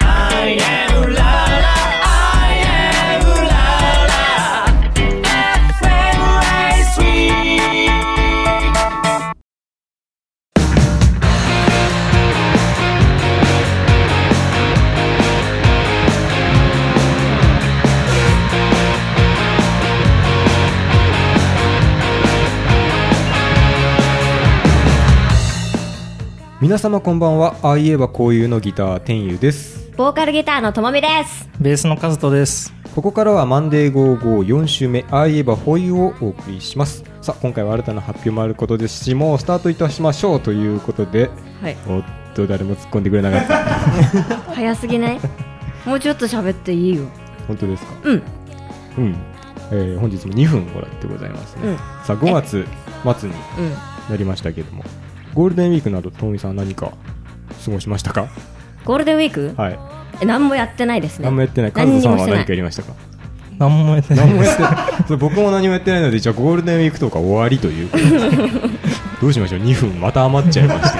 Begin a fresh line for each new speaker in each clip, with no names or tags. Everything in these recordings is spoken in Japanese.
I am la la, I am la la. FM ライスウィーク
皆様こんばんはああ言えばこういうのギター天佑です
ボーカルギターのともみです。
ベースのカズトです。
ここからはマンデー554週目ああ言えばホイをお送りしますさあ今回は新たな発表もあることですしもうスタートいたしましょうということで
はい。
おっと誰も突っ込んでくれなかった
早すぎない もうちょっと喋っていいよ。
本当ですか
うん。
うん、えー本日も2分もらってございますね、
うん
さあ5月末に
うん。
なりましたけどもゴールデンウィークなどともみさん何か過ごしましたか
ゴールデンウィーク
はい
え何もやってないですね。
何もやってないカ
何
ズ
に
さん
もし
は
てな
何
い
かやりましたか
何もやってない。
何もやってない そう僕も何もやってないのでじゃあゴールデンウィークとか終わりという ことでどうしましょう2分また余っちゃいまして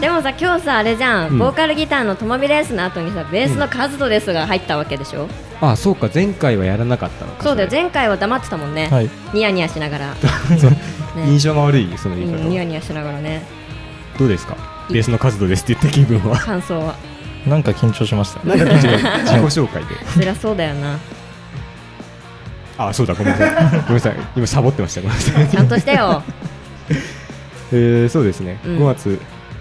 でもさ、今日さ、あれじゃん、
うん
ボーカルギターのともみですの後にさ、ベースのカズトですが入ったわけでしょ、
ああそうか前回はやらなかったのか
そうだよ、
れ
前回は黙ってたもんね。
はい。
ニヤニヤしなが ら。
印
ね、
象が悪いその言い
うん
方
ニヤ
は
ニヤしながらね、
どうですかベースのカズドですって言った気分は
感想は。
なんか緊張しました。
なんか自 己紹介で
そりゃそうだよな。
あそうだごめんなさいごめんなさい今サボってましたごめんなさい
ちゃんとして よ。
えー、そうですね、
うん
5月、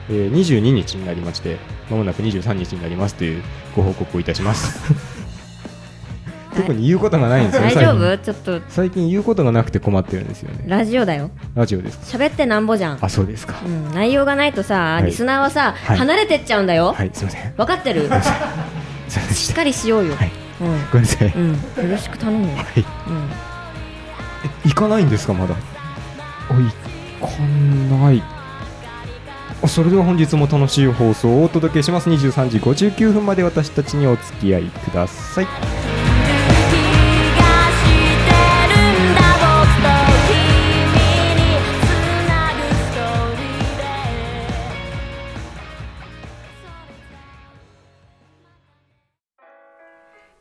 えー、22日になりまして、まもなく23日になりますというご報告をいたします。特に言うことがないんですよね、
大丈夫ちょっと、
最近最近言うことがなくて困ってるんですよね。
ラジオだよ。
ラジオですか
喋ってなんぼじゃん。
あ、そうですか
う。ん、内容がないとさ、
い
リスナーはさ、
はい
離れてっちゃうんだよ、
はい、すいません。
分かってる
すいませんで
し
し。
ったかりしようよ、
はい ごめんなさい。
うん、うん、よろしく頼むよ、
はい。
うん、
え行かないんですか、まだ。あ、行かない。あそれでは本日も楽しい放送をお届けします。23時59分まで私たちにお付き合いください。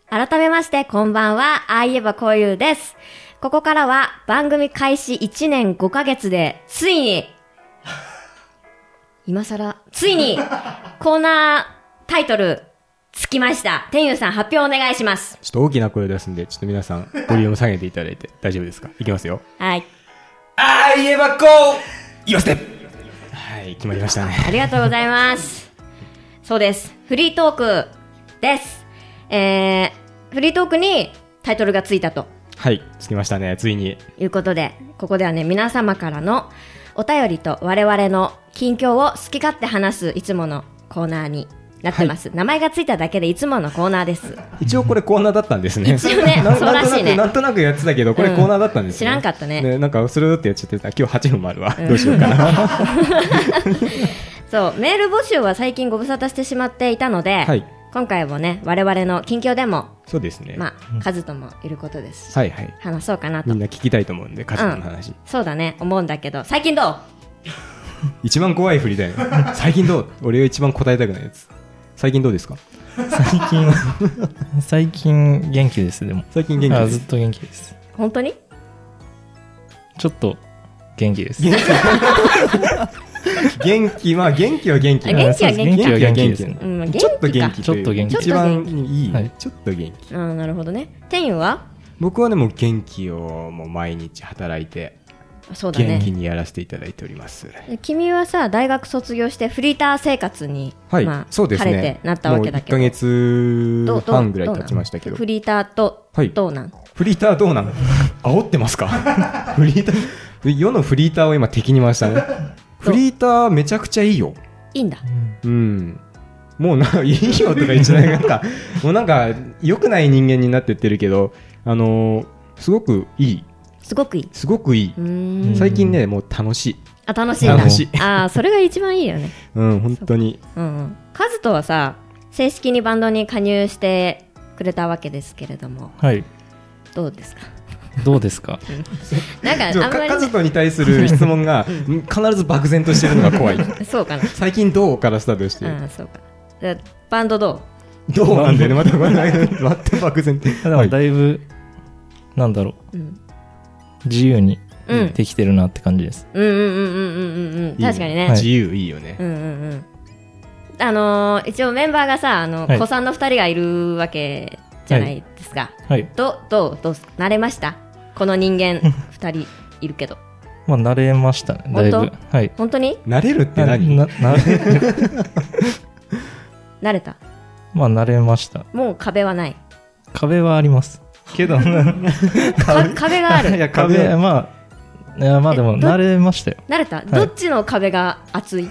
改めましてこんばんはああいえばこういうですここからは番組開始1年5ヶ月でついに今更ついにコーナータイトルつきました天佑さん発表お願いします
ちょっと大きな声出すんで、ちょっと皆さん、ボリューム下げていただいて大丈夫ですかいきますよ。
はい
ああ言えばこう言わせて
はい、決まりましたね。
ありがとうございます。そうです。フリートークです。えー、フリートークにタイトルがついたと
はい、つきましたね、ついに。
いうことで、ここではね、皆様からのお便りと我々の近況を好き勝手話すいつものコーナーになってます。名前がついただけでいつものコーナーです。
一応これコーナーだったんですね。
一応ね
な
そうらしいね
なんとなくなんとなくやってたけど、これ
うん
コーナーだったんですね
知らんかったね
なんか、それだってやっちゃってた。今日8分もあるわ。どうしようか な。
そう、メール募集は最近ご無沙汰してしまっていたので、
はい
今回もね、我々の近況でも、
そうですね。
まあ、カズともいることですし、
はいはい。
話そうかなと
みん。な聞きたいと思うんで、カズの話。
そうだね、思うんだけど、最近どう
一番怖い振り だよね。最近どう俺が一番答えたくないやつ。最近どうですか
最 近、最近元気です、でも。
最近元気
あ
で
ずっ
す。
と元気です。
本当に
ちょっと元気です。
元気、 まあ元気は元気
あ元気は元気
あそうです元気は元気です、
元気は元気
ね。
うん、元気か
ちょっと元気という
ちょっと元気
一番いい、
はい
ちょっと元気
あーなるほどね天佑は
僕はねもう元気をもう毎日働いて
あそうだ
元気
ね
にやらせていただいております、
君はさ大学卒業してフリーター生活に、
はい、
まあ、
そうですね
晴れてなったわけだけど
もう1
ど
ヶ
う
月
どう
半ぐらい
どう
経
なん
ちましたけど
フリーターと、
はい
どうなん
フリーターどうなの煽っ てますかフリーター世のフリーターを今敵に回したねフリーターめちゃくちゃいいよ
いいんだ
うんもうな いいよとか言っちゃないなんかもうなんか良くない人間になってってるけどあのーすごくいい
すごくいいう
すごくいい
ーん
最近ねもう楽しい
あ楽しいんだ
楽しい
あーそれが一番いいよね
うん本当に
うんうんカズとはさ正式にバンドに加入してくれたわけですけれども
はい。
どうですか
どうですか
なんかあ
でも
んま
か
り
カズ
ね
トに対する質問がうん必ず漠 然としてるのが怖い
そうかな
最近どうからスタートして
うんそうかでバンドどう
どうなんだよね、また、また、また漠然って。
だからだいぶ、なんだろう
うん
自由に
うん
できてるなって感じです、
うんうんうんうんうんうんうん確かにね、
はい
自由いいよね
う。んうんうんあのー一応メンバーがさあの、
はい
子さんの2人がいるわけじゃないですか、
はい
どどうどう慣れましたこの人間2人いるけど
まあ慣れましたねだいぶ
本
はい
本当に
慣れるって何
なな
慣れた
まあ慣れました
もう壁はない
壁はありますけど
か壁があ
い
る
や壁はまあいやまあでも
えど
慣れましたよ
慣れた、どっちの壁が厚い
い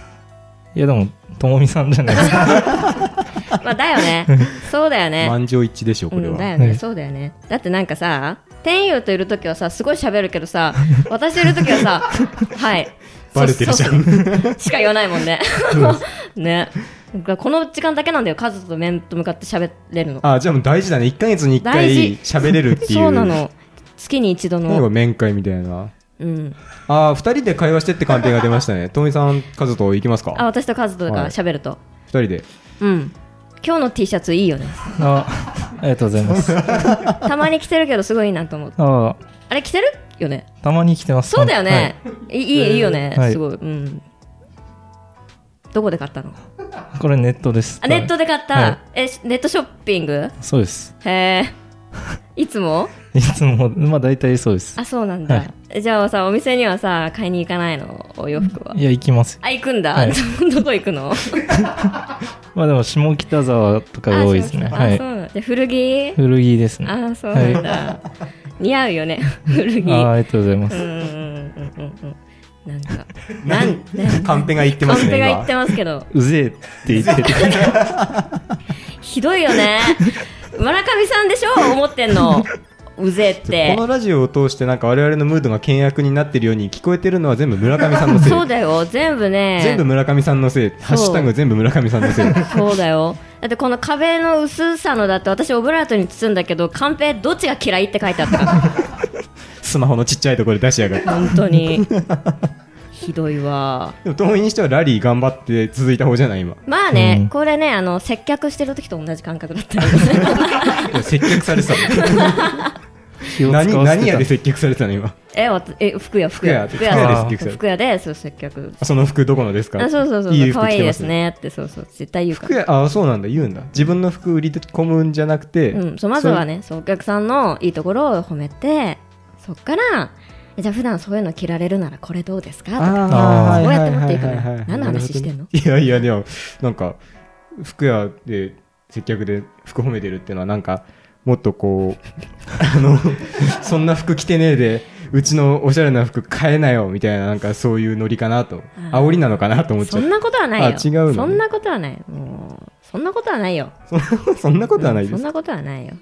やでもともみさんじゃな いですか
まあだよねそうだよね、
満場一致でしょ、こ
う
れ
ん、だ
は。
よね、
はい
そうだよねだってなんかさ天佑といる時はさすごい喋るけどさ私いる時はさはい
バレてるじゃん
そ。そうしか言わないもんねねこの時間だけなんだよカズと面と向かって喋れるの
あ、じゃあもう大事だね。1ヶ月に1
大
回
事
喋れるっていう。
そうな。の月に一度
なんか
の、
面会みたいな。
うん、
あー、二人で会話してって鑑定が出ましたね。とみさん、カズと行きます
あ
か
私とカズとが喋ると、
二人で。
うん今日の T シャツいいよね
あありがとうござ いますあ
たまに着てるけどすごいいいなと思って
あ
あれ着てるよね
たまに来てます
そうだよね、い、いいいいよね、
はい
すごいうんどこで買ったの
はいこれネットです
あネットで買った、
はい
えしネットショッピング
そうです
へえいつも
いつもまあ大体そうです
あそうなんだ、
はい
えじゃあさお店にはさ買いに行かないのお洋服はい
や行きますよ
あ行くんだ、
はい
どこ行くの
まあでも下北沢とかが多いですね
あ
はい
そうなんだで古着
古着ですねあ
あそうなんだ、似合うよ ね古着
あありがとうございま
う
す
んうんうんうんうんうんなんかなんなん
カンペが言って
カ
ま
ン
す
ペ
ね、
が言って
今。
ますけど
うぜえって言ってて
ひどいよ ね村上さんでしょ思ってんのうぜえって
このラジオを通してなんか我々のムードが険悪になってるように聞こえてるのは全部村上さんのせ い
そ。うだよ全部ね
全部村上さんのせい。ハッシュタグ全部村上さんのせい。
そうだよだってこの壁の薄さのだって私オブラートに包んだけどカンペどっちが嫌いって書いてあった
スマホのちっちゃいところで出しやが って。
本当 にひどいわ
でも、党員にしてはラリー頑張って続いた方じゃない、今。
まあね、
うん
これねあの接客してる時と同じ感覚だったんです ね
いや接客されてたの
気を使わせ て
何
た
何屋で接客されてたの今
えわたえ服屋服屋
服屋接客
で
する
服屋でそう接客
あその服どこのですか
あそうそうそう
いい
可
服着
愛い
て
で
ますす
ねってそうそう絶対言うから
服屋あそうなんだ言うんだ自分の服売り込むんじゃなくて、
うん、そうまずはねそうお客さんのいいところを褒めてそっからえじゃあ普段そういうの着られるならこれどうですかとか
あー
そうやって
はい
持っていくの
はいはいはい
何の話してんの
なるほどねいやいやでもなんか服屋で接客で服褒めてるっていうのはなんかもっとこう あのそんな服着てねえでうちのおしゃれな服買えなよみたいななんかそういうノリかなと
あー
煽りなのかなと思っち
そ
ゃっ
んなことはないよ
あ違うのね
そんなことはないもうそんなことはないよ
たそんなことはない
そ
で
ん
す
なことはないよ、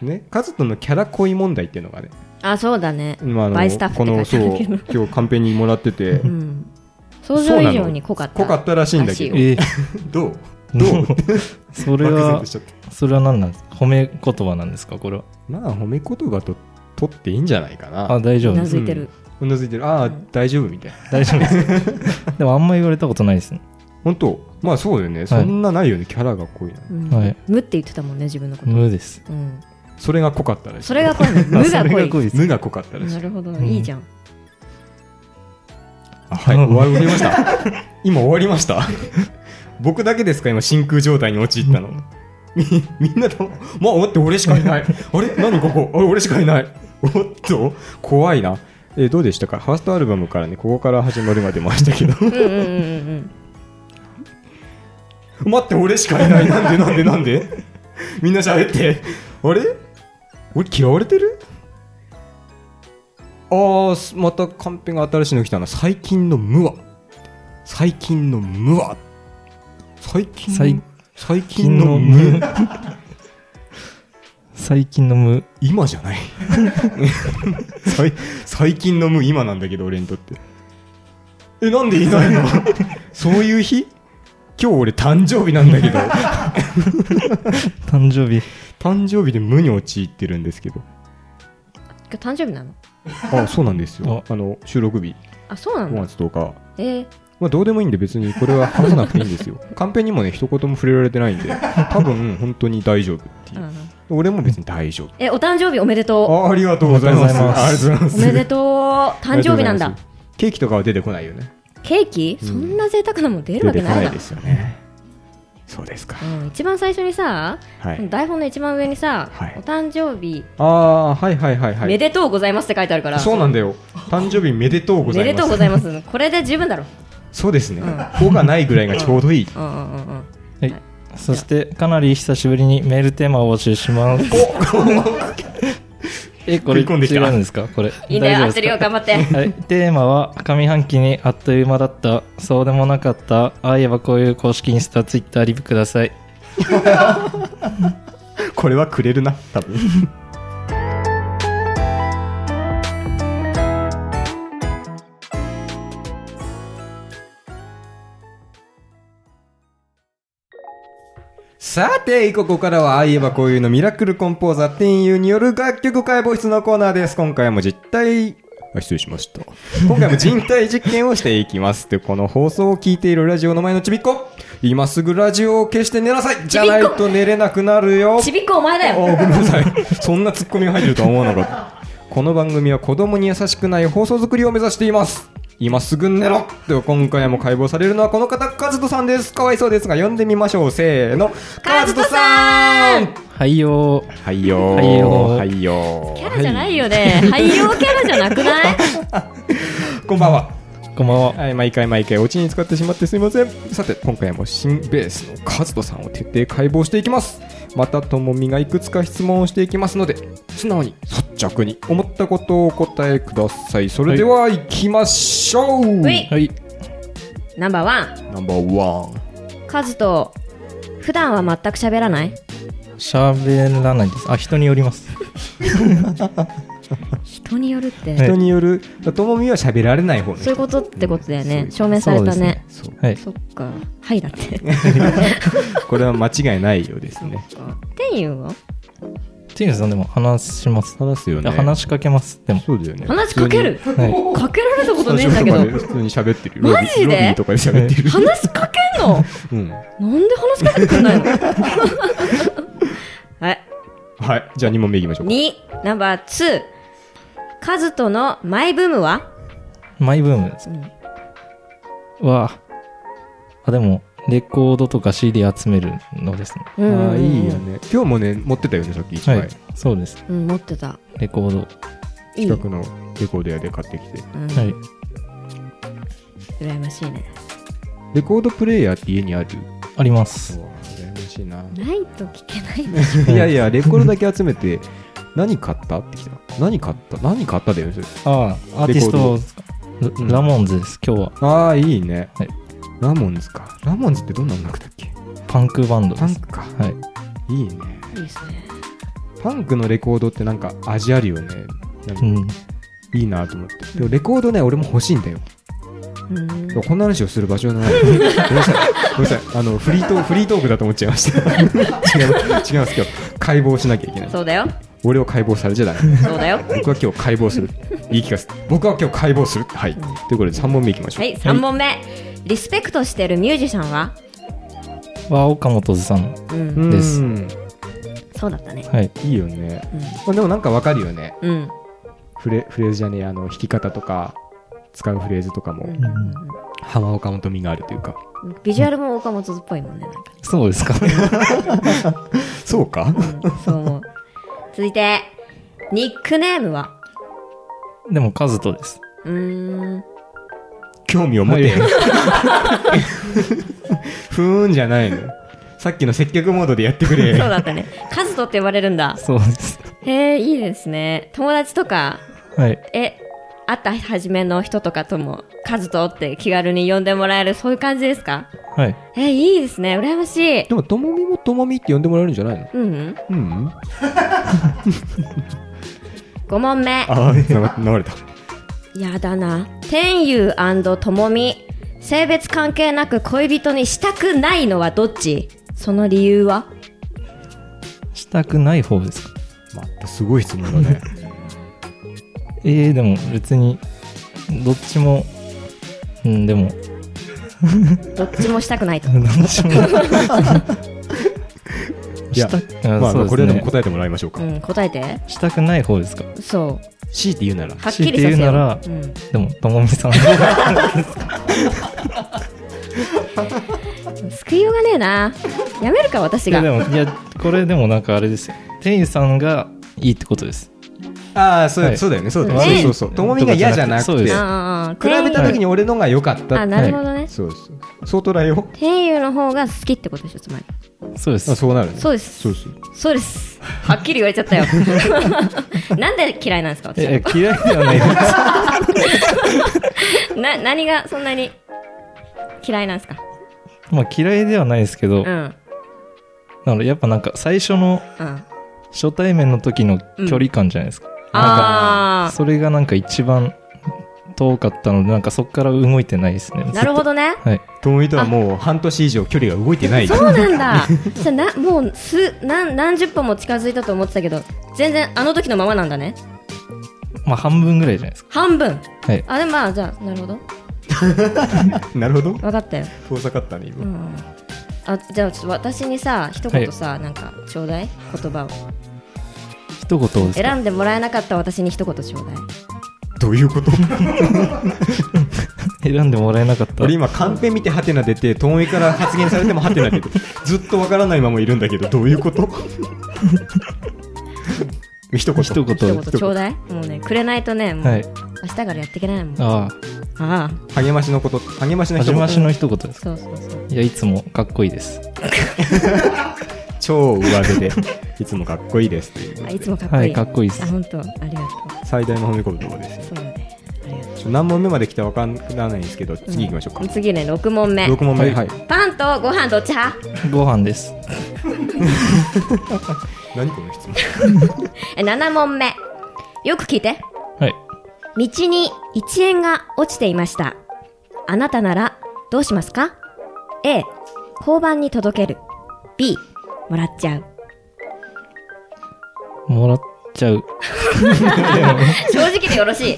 うん、
ねカズトのキャラ恋問題っていうのがね
あそうだね、
まあ、あ
バイ
の
スタッフ
この
って書
そ
いてあ
う
るけど
今日カンペにもらってて
うん、 想像以上に濃かった
濃かったらしいんだけど
らしいよ
え
どう
どうそれ
漠然
は
としちゃった
それは何なんですか褒め言葉なんですかこれは
まあ褒め言葉と取っていいんじゃないか
あ
な
大丈
う
夫
な
です
ずいてる、
うなずいてるああ大丈夫みたいな
大丈夫ですでもあんま言われたことないですね
本当まあそうだよねそんなないよねキャラが濃いな
うん
はい
無って言ってたもんね自分のこと、
無です
うん、
それが濃かったらしい
それが濃いの 無が
そ
濃
れ
い
が濃いです
無が濃かったらし
ないるほど、
ん
いいじゃん
あはい終わりました今終わりました僕だけですか今真空状態に陥ったのみみんなとまあ待って俺しかいないあれ何ここあれ俺しかいないおっと怖いなえーどうでしたかファーストアルバムからねここから始まるまでましたけど
うんうんうんうんうん
待って俺しかいないなんでなんでなんでみんな喋ってあれ俺嫌われてるあーすまたカンペが新しいの来たな最近の無は最近の無は最近の
最
最近の無
最近の無
今じゃない最最近の無今なんだけど俺にとってえなんでいない のそういう日今日俺誕生日なんだけど
誕生日
誕生日で無に陥ってるんですけど
今日誕生日なの
あそうなんですよ
よ
あの収録日
あそうなん
5
だ
月10日
えー、
まあ、どうでもいいんで別にこれは話さなくていいんですよカンペにもね一言も触れられてない んで多分本当に大丈夫っていう、俺も別に大丈夫
え、お誕生日おめでと
あありがとうございますあ
あ
り
り
がとうございま
う。
す
おめでとう。誕生日なん
あり
だ
がとうござい。ますケーキとかは出てこないよね
ケーキ、そんな贅沢なもん出るわけないだろ
すよねそうですか
うん、一番最初にさ、
はい
台本の一番上にさ、
はい
お誕生日、
ああはいはいはいは
め
い
でとうございますって書いてあるから、
そうなんだよ誕生日めでとうござ
めで
いま
とう
す
ございます。これで十分だろ。
そうですね「お」がないぐらいがちょうどいい
うんうんうんうん。
はい、そしてかなり久しぶりにメールテーマを募集します。え、これ
食い込んできた
違うんですかこれ。
いいね、
大丈夫
合
で
っ
す
てるよ、
か
頑張って。
はい、テーマは上半期にあっという間だったそうでもなかったああいえばこういう公式インスタツイッターリプください
これはくれるな多分さて、ここからは、ああいえばこういうのミラクルコンポーザー天佑による楽曲解剖室のコーナーです。今回も実体、あ失礼しました。今回も人体実験をしていきます。で、この放送を聞いているラジオの前のちびっこ、今すぐラジオを消して寝なさいじゃないと寝れなくなるよ
ちびっこお前だよ。
あごめんなさいそんなツッコミが入ってるとは思わなかったこの番組は子供に優しくない放送作りを目指しています今すぐ寝ろで今回も解剖されるのはこの方カズトさんですかわいそうですが呼んでみましょうせーの
カズトさん
はいよー
はいよー
はいよー
はいよー
キャラじゃないよね。俳優キャラじゃなくない
はいこんばんは
こんばんは
はい、毎回毎回お家に使ってしまってすいませんさて今回も新ベースのカズトさんを徹底解剖していきますまたともみがいくつか質問をしていきますので素直に率直に思ったことをお答えくださいそれでは行きましょう、
うい
はい
ナンバーワン、
ナンバーワン
カズと、普段は全く喋らない
しゃべらないですあ人によります
人によるって、
ね
人によるともみは喋られない方ね
そういうことってことだよね。
うん
証明された
そうです
ね
ね。
そう
はい
そっか。はいだ って。
これは間違いないようですね
天佑は
ティーンさんでも話します
話すよね
話しかけますでも
そうだよね
話しかける
はい
かけられたことねえんだ
普
けど。
通に喋ってるよ
マジで
ロビーロビーとかで喋ってる、
話しかけんの
うん、
なんで話しかけてくんないの はい。
はいじゃあ2問目いきましょうか
2、ナンバー2。カズとのマイブームは
マイブームですはあでもレコードとか CD 集めるのですね
うんうんうん
ああいいよね今日もね持ってたよねさっき一
は
枚、
いそうです
うん、持ってた。
レコード
いい。
近
う
くのレコード屋で買ってきて
ん、
はい
羨ましいね。
レコードプレイヤーって家にある
あります
羨ましい な
ないと聞けないでし
いやいやレコードだけ集めて何買ったって来た何買った何買っただよねそれ
ああアーティス
レコード
トですかラ
うん
ラモンズです今日は
ああいいね、
はい
ラモンズかラモンズってどんな音楽だっけ
パンクバンド
パ
で
ン
す
クか
はい
いいね
ょ。いいですね。
パンクのレコードってなんか味あるよねなんか
うん
いいなと思ってでもレコードね俺も欲しいんだよ
うん。
こんな話をする場所じゃない。ごめんなさい。ごめんなさい。あの、フリートーク、フリートークだと思っちゃいました。 違います。違いますけど、解剖しなきゃいけない。
そうだよ。
俺を解剖されちゃダメ。
そうだよ。
僕は今日解剖する。言い聞かせて。僕は今日解剖する。はい。ということで、3問目いきましょう。
はい、3問目。リスペクトしてるミュージシャンは
は岡本さん
うん。
問
です
そうだったね。
はい
いいよね。まあでもなんかわかるよね。
うん。
フレフレーズじゃねえ、あの、弾き方とか、使うフレーズとかも、浜岡本美があるというか。
ビジュアルも岡本っぽいもんね。なんか
そうですか
そうか
うんそう思う。 続いて、ニックネームは
でもカズトです
うーん。
興味を持てよ。 ふーんじゃないの。さっきの接客モードでやってくれ。
そうだったね。カズトって呼ばれるんだ。
そうです
へえ、いいですね。友達とか、
はい
え、会った初めの人とかとも、カズトって気軽に呼んでもらえる、そういう感じですか
はい
え、いいですね。羨ましい。
でも、ともみもともみって呼んでもらえるんじゃないの
うんうん。
うん。
5問目。
ああ、流れた。
やだな。天佑ともみ。性別関係なく恋人にしたくないのはどっちその理由は
したくない方ですか
またすごい質問だね。
えー、でも別にどっちもうんでも
どっちもしたくないと。
何でしょう
いや
したあ
まあ、
そうで
こ
すね
れはでも答えてもらいましょうか、
うん、答えて。
したくない方ですか
そう。
強いて言うなら
はっきりさせよう。
強いて言うなら
うん
でもともみさん
救いようがねえな。やめるか、私
い
が。
やでもいやこれでもなんかあれですよ店員さんがいいってことです
ああそう,、
はい
そうだよねそうだよ
ね
ねそうそうそうともみが嫌じゃな
そ
く
う
て
です
ああ、
比べた時に俺のが良かったって、
あ、なるほどね。
そうそうそう捉えよう
天佑の方が好きってことでしょ、つまり。
そうです
あそうなるね
そうです。
そうそう
そうです。はっきり言われちゃったよ。 なんで嫌いなんですか、
い
私
やいや嫌いで はないです
な、何がそんなに嫌いなんですか
まあ嫌いではないですけど、
うん。
なのでやっぱなんか最初の
うん。
初対面の時の距離感じゃないですか、
あ
それがなんか一番遠かったのでなんかそこから動いてないですね
あ、なるほどね。
はい
ともみとはもう半年以上距離が動いてない
そうなんだ。じゃあな、もうす、何、何十歩も近づいたと思ってたけど、全然あの時のままなんだね。
まあ半分ぐらいじゃないですか
半分。
はい
あ、でもまあ、じゃあ、なるほど。
なるほど
分かったよ。
遠ざかったね今、
うん。あ、じゃあ、ちょっと私にさ、一言さ、なんか、ちょうだい言葉を。
一言ですか
選んでもらえなかった私に一言ちょうだい。
どういうこと
選んでもらえなかった
俺今カンペ見てハテナ出てともみから発言されてもハテナ出てずっとわからないままいるんだけどどういうこと
一言
一言
一言
ちょうだいもうね、くれないとね、もう、
はい
明日からやっていけないもん。あ
あ
あ、
励ましのこと励まし
あ
の一
励ま
言
しの一言ですか
そうそうそう。
いやいつもかっこいいです
超上手でいつもかっこいいですっていう
あいつもかっこいい。
はいかっこいいです
あ、本当、ありがと
最大の褒め言葉ですよ
う。そうだね。ありがとう。
ちょ何問目まで来たら分からないんですけど次行きましょうか、
ん次ね、六問目。
6問目、
はい
パンとご飯どっち派
ご飯です
何この質問
え、7問目。よく聞いて。
はい
道に1円が落ちていました。あなたならどうしますか ?A、交番に届ける。B、もらっちゃう。
もらっちゃう
正直でよろ しい。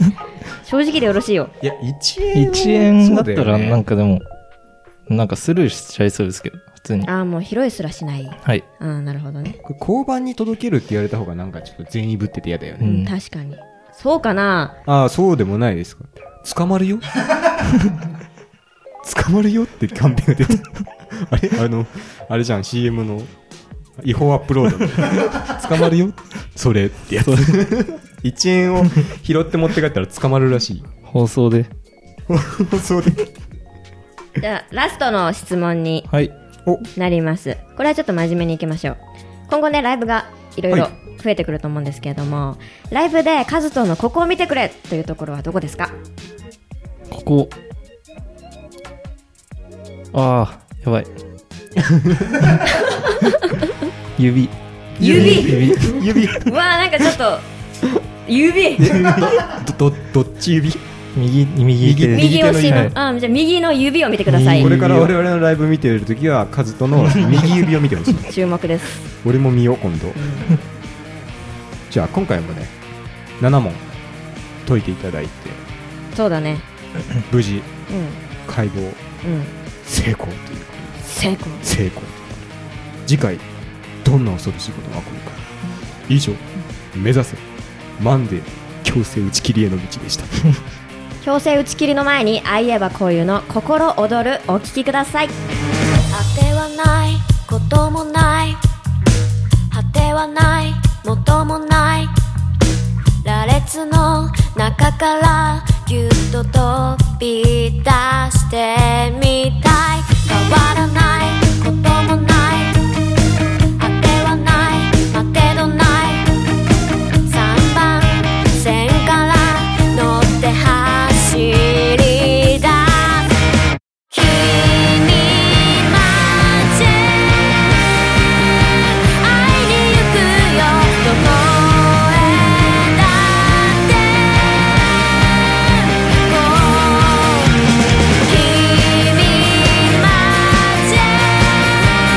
正直でよろしいよ。
いや1円は
1円だった
そうよ
ら
ね
なんかでも、なんかスルーしちゃいそうですけど普通に
ああ、もう広いすらしない。
はい
ああ、なるほどね。
これ交番に届けるって言われた方がなんかちょっと善意ぶってて嫌だよ
う
ね、
ん、確かに。そうかな
ああそうでもないですか捕まるよ 捕まるよってカンペが出た あれあのあれじゃん CM の違法アップロード の捕まるよそれってやつ 1円を拾って持って帰ったら捕まるらしい
放送で
そうで
じゃあ、ラストの質問に
はい
お
なります。これはちょっと真面目にいきましょう。今後ね、ライブがいろいろ
は
増えてくると思うんですけれども、ライブでカズトのここを見てくれというところはどこです か
ここああやばい指
指
指
指
うわー、なんかちょっと、 指
どどどっち指
右右手
右
右
手
押
の
し
指
の、あじゃあ右の指を見てください
こ。れ
右
から我々のライブ見てるときはカズトの右指を見てほしい
注目です。
俺も見よう今度じゃあ今回もね7問解いていただいて
そうだね。
無事
う
解剖
ん。うん。
成功というこ
成功。
と成功次回どんな恐ろしいことが起こるか以上目指せマンデー強制打ち切りへの道でした
強制打ち切りの前に、あいえばこういうの、心躍る、お聞きください。
果てはないこともない果てはない元もない羅列の中からぎゅっと飛び出してみたい変わらないこともない果てはないまてどない3番線から乗って走り出す「君待ち」「会いに行くよどこへだって」「君待ち」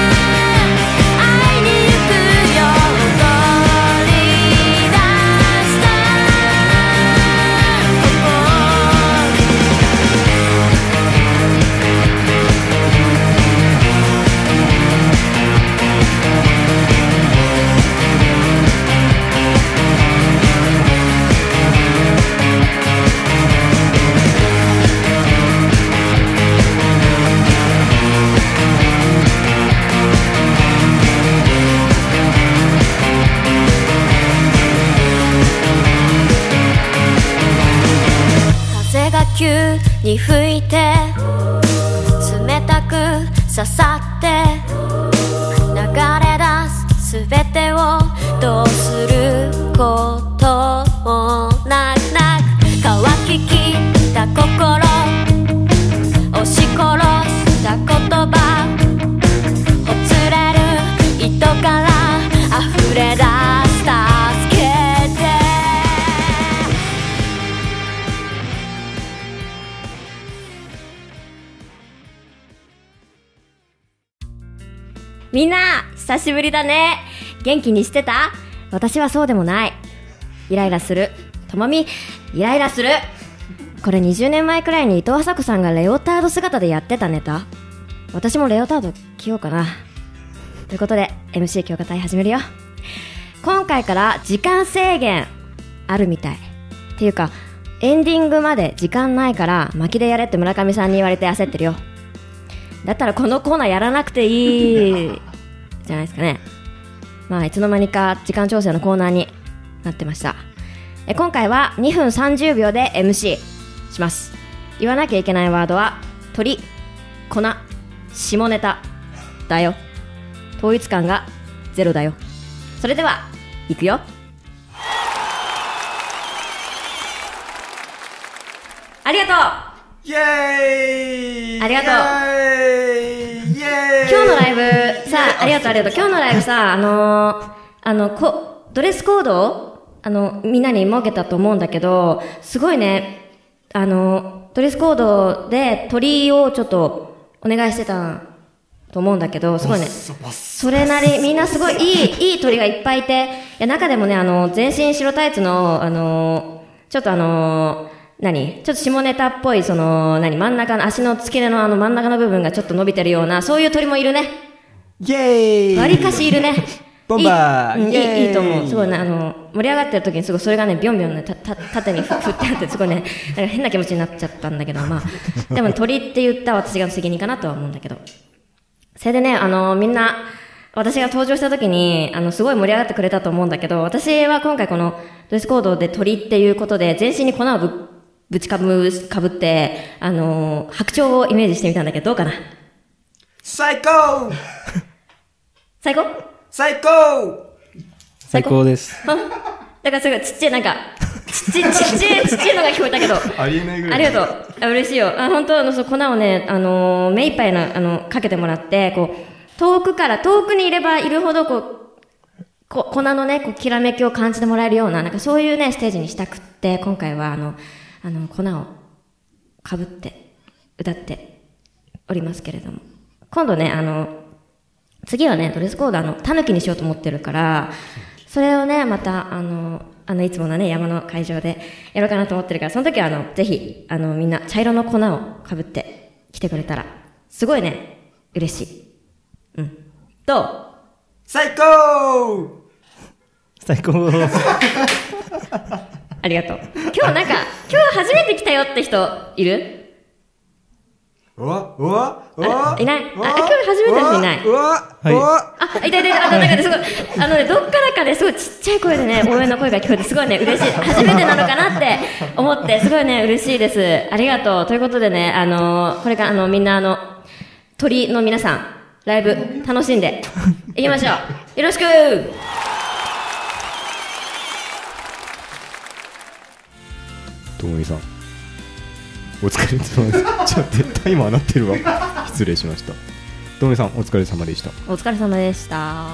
に吹いて冷たく刺さって流れ出す全てをどうすることもなく乾ききった心押し殺した言葉ほつれる糸から溢れ出した助けて
みんな、久しぶりだね。元気にしてた私はそうでもない。イライラする。ともみ、イライラする。これ20年前くらいに伊藤麻子さんがレオタード姿でやってたネタ。私もレオタード着ようかな。ということで、MC 強化隊始めるよ。今回から時間制限あるみたい。っていうか、エンディングまで時間ないから巻きでやれって村上さんに言われて焦ってるよ。だったらこのコーナーやらなくていいじゃないですかねまあいつの間にか時間調整のコーナーになってましたえ今回は2分30秒で MC します言わなきゃいけないワードは鳥粉下ネタだよ統一感がゼロだよそれではいくよありが
イエーイ
ありがとう
イエーイイエー
とう
イ
今日のライブさあありがとうありがとう今日のライブさあのーあのこドレスコードをあのみんなに設けたと思うんだけどすごいねあのドレスコードで鳥をちょっとお願いしてたと思うんだけどすごいねそれなり、みんなすごいいい、いい鳥がいっぱいいて、いや、中でもね、あの、全身白タイツの、あの、ちょっとあの、何ちょっと下ネタっぽい、その、何真ん中の、足の付け根のあの真ん中の部分がちょっと伸びてるような、そういう鳥もいるね。
イエーイ
わりかしいるね。
ボンバー
いいうん
イエーイ
いいいいと思う。すごいね、あの、盛り上がってる時にすごいそれがね、ビョンビョンね、た、た、縦にふ振ってあって、すごいね、なんか変な気持ちになっちゃったんだけど、まあ。でも鳥って言った私が責任かなとは思うんだけど。それでね、あの、みんな、私が登場した時に、あの、すごい盛り上がってくれたと思うんだけど、私は今回この、ドレスコードで鳥っていうことで、全身に粉をぶ、ぶちかぶ、かぶって、あの、白鳥をイメージしてみたんだけど、どうかな
最高
最高
最高
最高です。
だからすごいちっちゃい、なんか、ちっちゃい、ちっちゃい、ちっちゃいのが聞こえたけど。
ありえないぐら
あ
い
りがとう。あ嬉しいよ。あ本当あのそう粉をね、あのー目いっぱいのあのかけてもらって、こう遠くから遠くにいればいるほどこう。こ粉のね、こうきらめきを感じてもらえるような、なんかそういうね、ステージにしたくって、今回はあの、あの、粉をかぶって、歌っておりますけれども。今度ね、あの、次はね、ドレスコード、あの、タヌキにしようと思ってるから、それをね、また、あの、あの、いつものね、山の会場でやろうかなと思ってるから、その時は、あの、ぜひ、あの、みんな、茶色の粉をかぶって来てくれたら、すごいね、嬉しい。うん。どう
最高
最高。
ありがとう。今日なんか、今日初めて来たよって人、いる
うわうわう
あ
わ
いないうあ
わ
今日初めての人いないう
わ
はいう
わ
あ、いたいたいた、あの、なんかね、すごい、あのね、どっからかね、すごいちっちゃい声でね、応援の声が聞こえて、すごいね、嬉しい。初めてなのかなって思って、すごいね、嬉しいです。ありがとう。ということでね、あのーこれから、あの、みんな、あの、鳥の皆さん、ライブ、楽しんで、いきましょう。よろしく
ともみさんお疲れ様 ですちょ絶対今なってるわ失礼しましたともみさんお疲れ様でした
お疲れ様でした。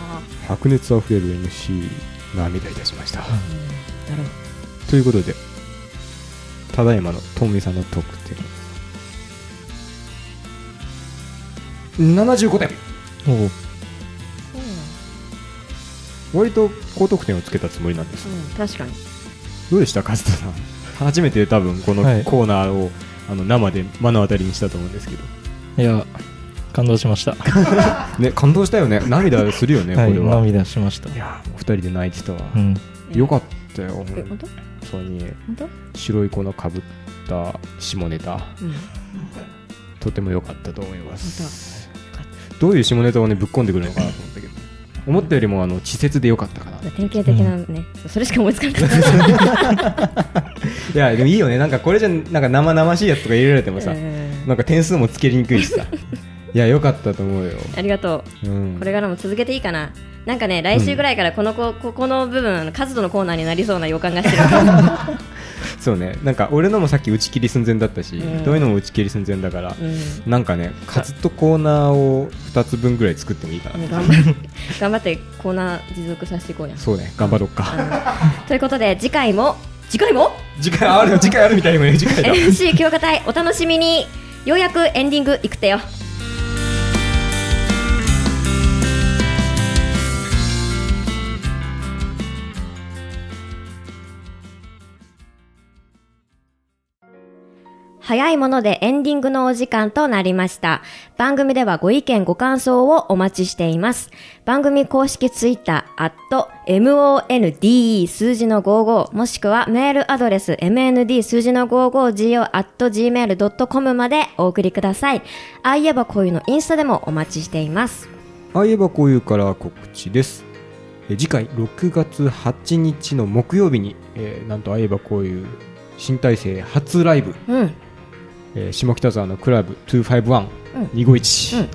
白熱あふれる MC 涙いたしましたということでただいまのともみさんの得点75点
おう
割と高得点をつけたつもりなんです
うん、確かに。
どうでした勝田さん初めて多分この
はい
コーナーを、あの生で目の当たりにしたと思うんですけど
いや、感動しました。
ね感動したよね涙するよね、
は
こ
い、
れは
涙しました
い。やーお二人で泣いてたわ、
うん。
よかったよ
え本当
本当に
本当
白い粉かぶった下ネタ
うん。
とても良かったと思いますどういう下ネタをねぶっ込んでくるのかなと思ったけど思ったよりもあの稚拙でよかった かな
典型的なね、そう それしか思いつかなかった
いやでもいいよねなんかこれじゃなんか生々しいやつとか入れられてもさ、
うん
なんか点数もつけにくい しさいやよかったと思うよ、
ありがと
うん
うこれからも続けていいかななんかね来週ぐらいからこのこここの部分あのカズとのコーナーになりそうな予感がしてる
そうねなんか俺のもさっき打ち切り寸前だったし、
うん
どういうのも打ち切り寸前だから、
うん
なんかねカツとコーナーを2つ分ぐらい作ってもいいかな、
頑張っ頑張ってコーナー持続させていこうや
そうね頑張ろっか
ということで次回も次回も
次回あるよ次回あるみたいにもね次回だ
MC 強化隊お楽しみにようやくエンディングいくてよ早いものでエンディングのお時間となりました。番組ではご意見ご感想をお待ちしています。番組公式ツイッター、at monde 数字の55、もしくはメールアドレス mnd 数字の 55go at gmail.com までお送りください。あいえばこういうのインスタでもお待ちしています。
あいえばこういうから告知ですえ次回6月8日の木曜日に、えーなんとあいえばこういう新体制初ライブ
うん。
えー下北沢のクラブ
うん
251251、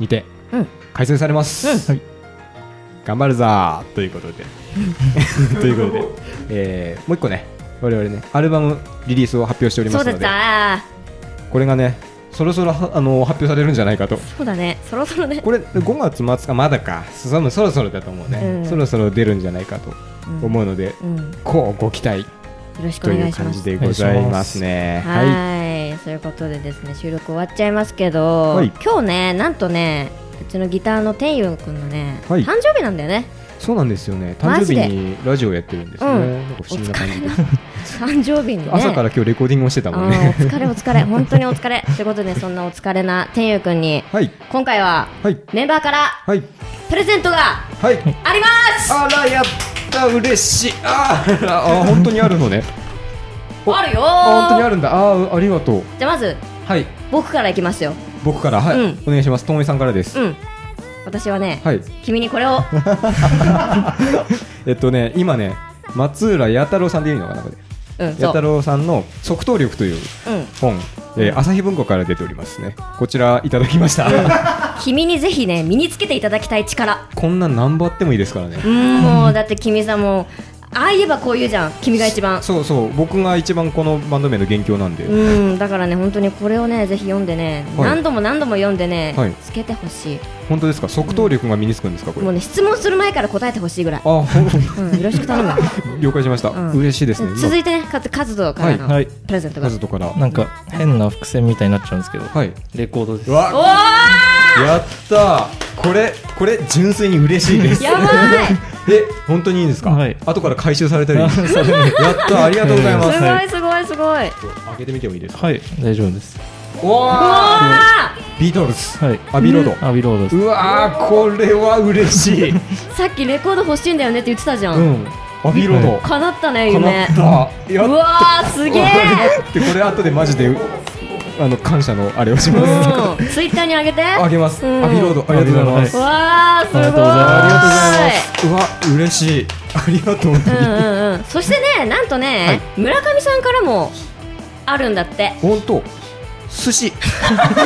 に て
うん
開催されます、はい頑張るざーというこ とでということで、えーもう一個ね我々ねアルバムリリースを発表しておりま
そうだ
すの
っ
で
た。
これがねそろそろはあの発表されるんじゃないかと
そうだね。そろそろね。
これ5月末かまだかそのそろそろだと思うね、
うん
そろそろ出るんじゃないかと思うので、
うん。よ
こうご期待
ろしく
と
お
い
願
う
いし
感
ま
じ
す。
でございますね
はい
い、
そういうことでですね収録終わっちゃいますけど、
はい
今日ねなんとねうちのギターの天佑くんのね、
はい
誕生日なんだよね
そうなんですよね誕
マ
生
ジ
日
で
にラジオやってるんですね、
うん
なんか不思議な感じで
誕生日にね
朝から今日レコーディングをしてたもん
あーお
ね。
疲れお疲れ本当にお疲れということでそんなお疲れな天佑くんに
はい、
今回は
はい、
メンバーから
はい、
プレゼントが
はい。
あります
あら、やった、嬉しい。あーあー、本当にあるのね。お
あるよー
あ本当にあるんだ。あーありがとう。
じゃあまず
はい、
僕からいきますよ
僕から、はい、
うん
お願いします。ともみさんからです。
うん私はね、
はい、
君にこれを
えっとね、今ね、松浦弥太郎さんでいいのかな、これ。
うん
弥
そ
太
う
郎さんの即答力という
うん
本。えー朝日文庫から出ておりますね。こちらいただきま した。
君にぜひね身につけていただきたい力
こんなん何番あってもいいですからね。
うんもうだって君さもうああ言えばこう言うじゃん君が一番
そうそう、僕が一番このバンド名の元凶なんで。
うんだからね本当にこれをねぜひ読んでね、
はい
何度も何度も読んでね、
はい
つけてほし
本当ですか。即答力が身につくんですか、
い
これ。
もうね質問する前から答えてほしいぐらい、
あ、ほん
うん、よろしく頼む、
了解しました。
うん
嬉しいですね。
続いてねかつカズドから
はいは
の
い
プレゼントが、
カズトから。
なんか変な伏線みたいになっちゃうんですけど、
はい。
レコードです。
お
わ、やったー。これこれ純粋に嬉しいです。
ー やばい
え、本当にいいんですか。
はい
後から回収されたり。 やった、ありがとうございます
す。ごいすごいすごい
開けてみてもいいですか。
はい、大丈夫です。
わ
あ
ー。ビートルズ。
はい、
アビロード。
アビロードです。
うわー、これは嬉しい。
ーさっきレコード欲しいんだよねって言ってたじゃん、
うん。アビロード。
叶ったね夢
叶った。や
う
っ
わーす げえ
でこれ後でマジであの感謝のあれをします。
うんツイッターにあげて
あげます。
うん
アビロードありがとうございます。
わあすごい
ありがとうございます
ありがとうございます。うわ、嬉しい。ありがとう。
うんうんうんそしてねなんとね、村上さんからもあるんだって
本当。寿司。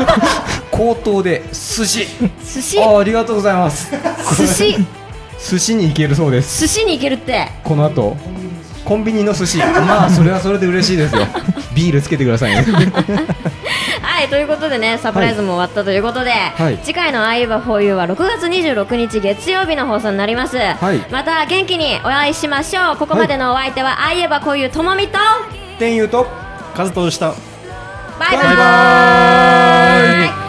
口頭で寿司。
寿司
あ、ありがとうございます。
寿司
寿司に行けるそうです。
寿司に行けるって
この後。コンビニの寿司。まあ、それはそれで嬉しいですよ。ビールつけてくださいね。
はいということでねサプライズも終わったということで、
い
次回の「あいうばふうゆ」は6月26日月曜日の放送になります、
い
また元気にお会いしましょうここまでのお相手は「あいえばこういうともみ」と
天佑と。
カズトでした。
バイバーイ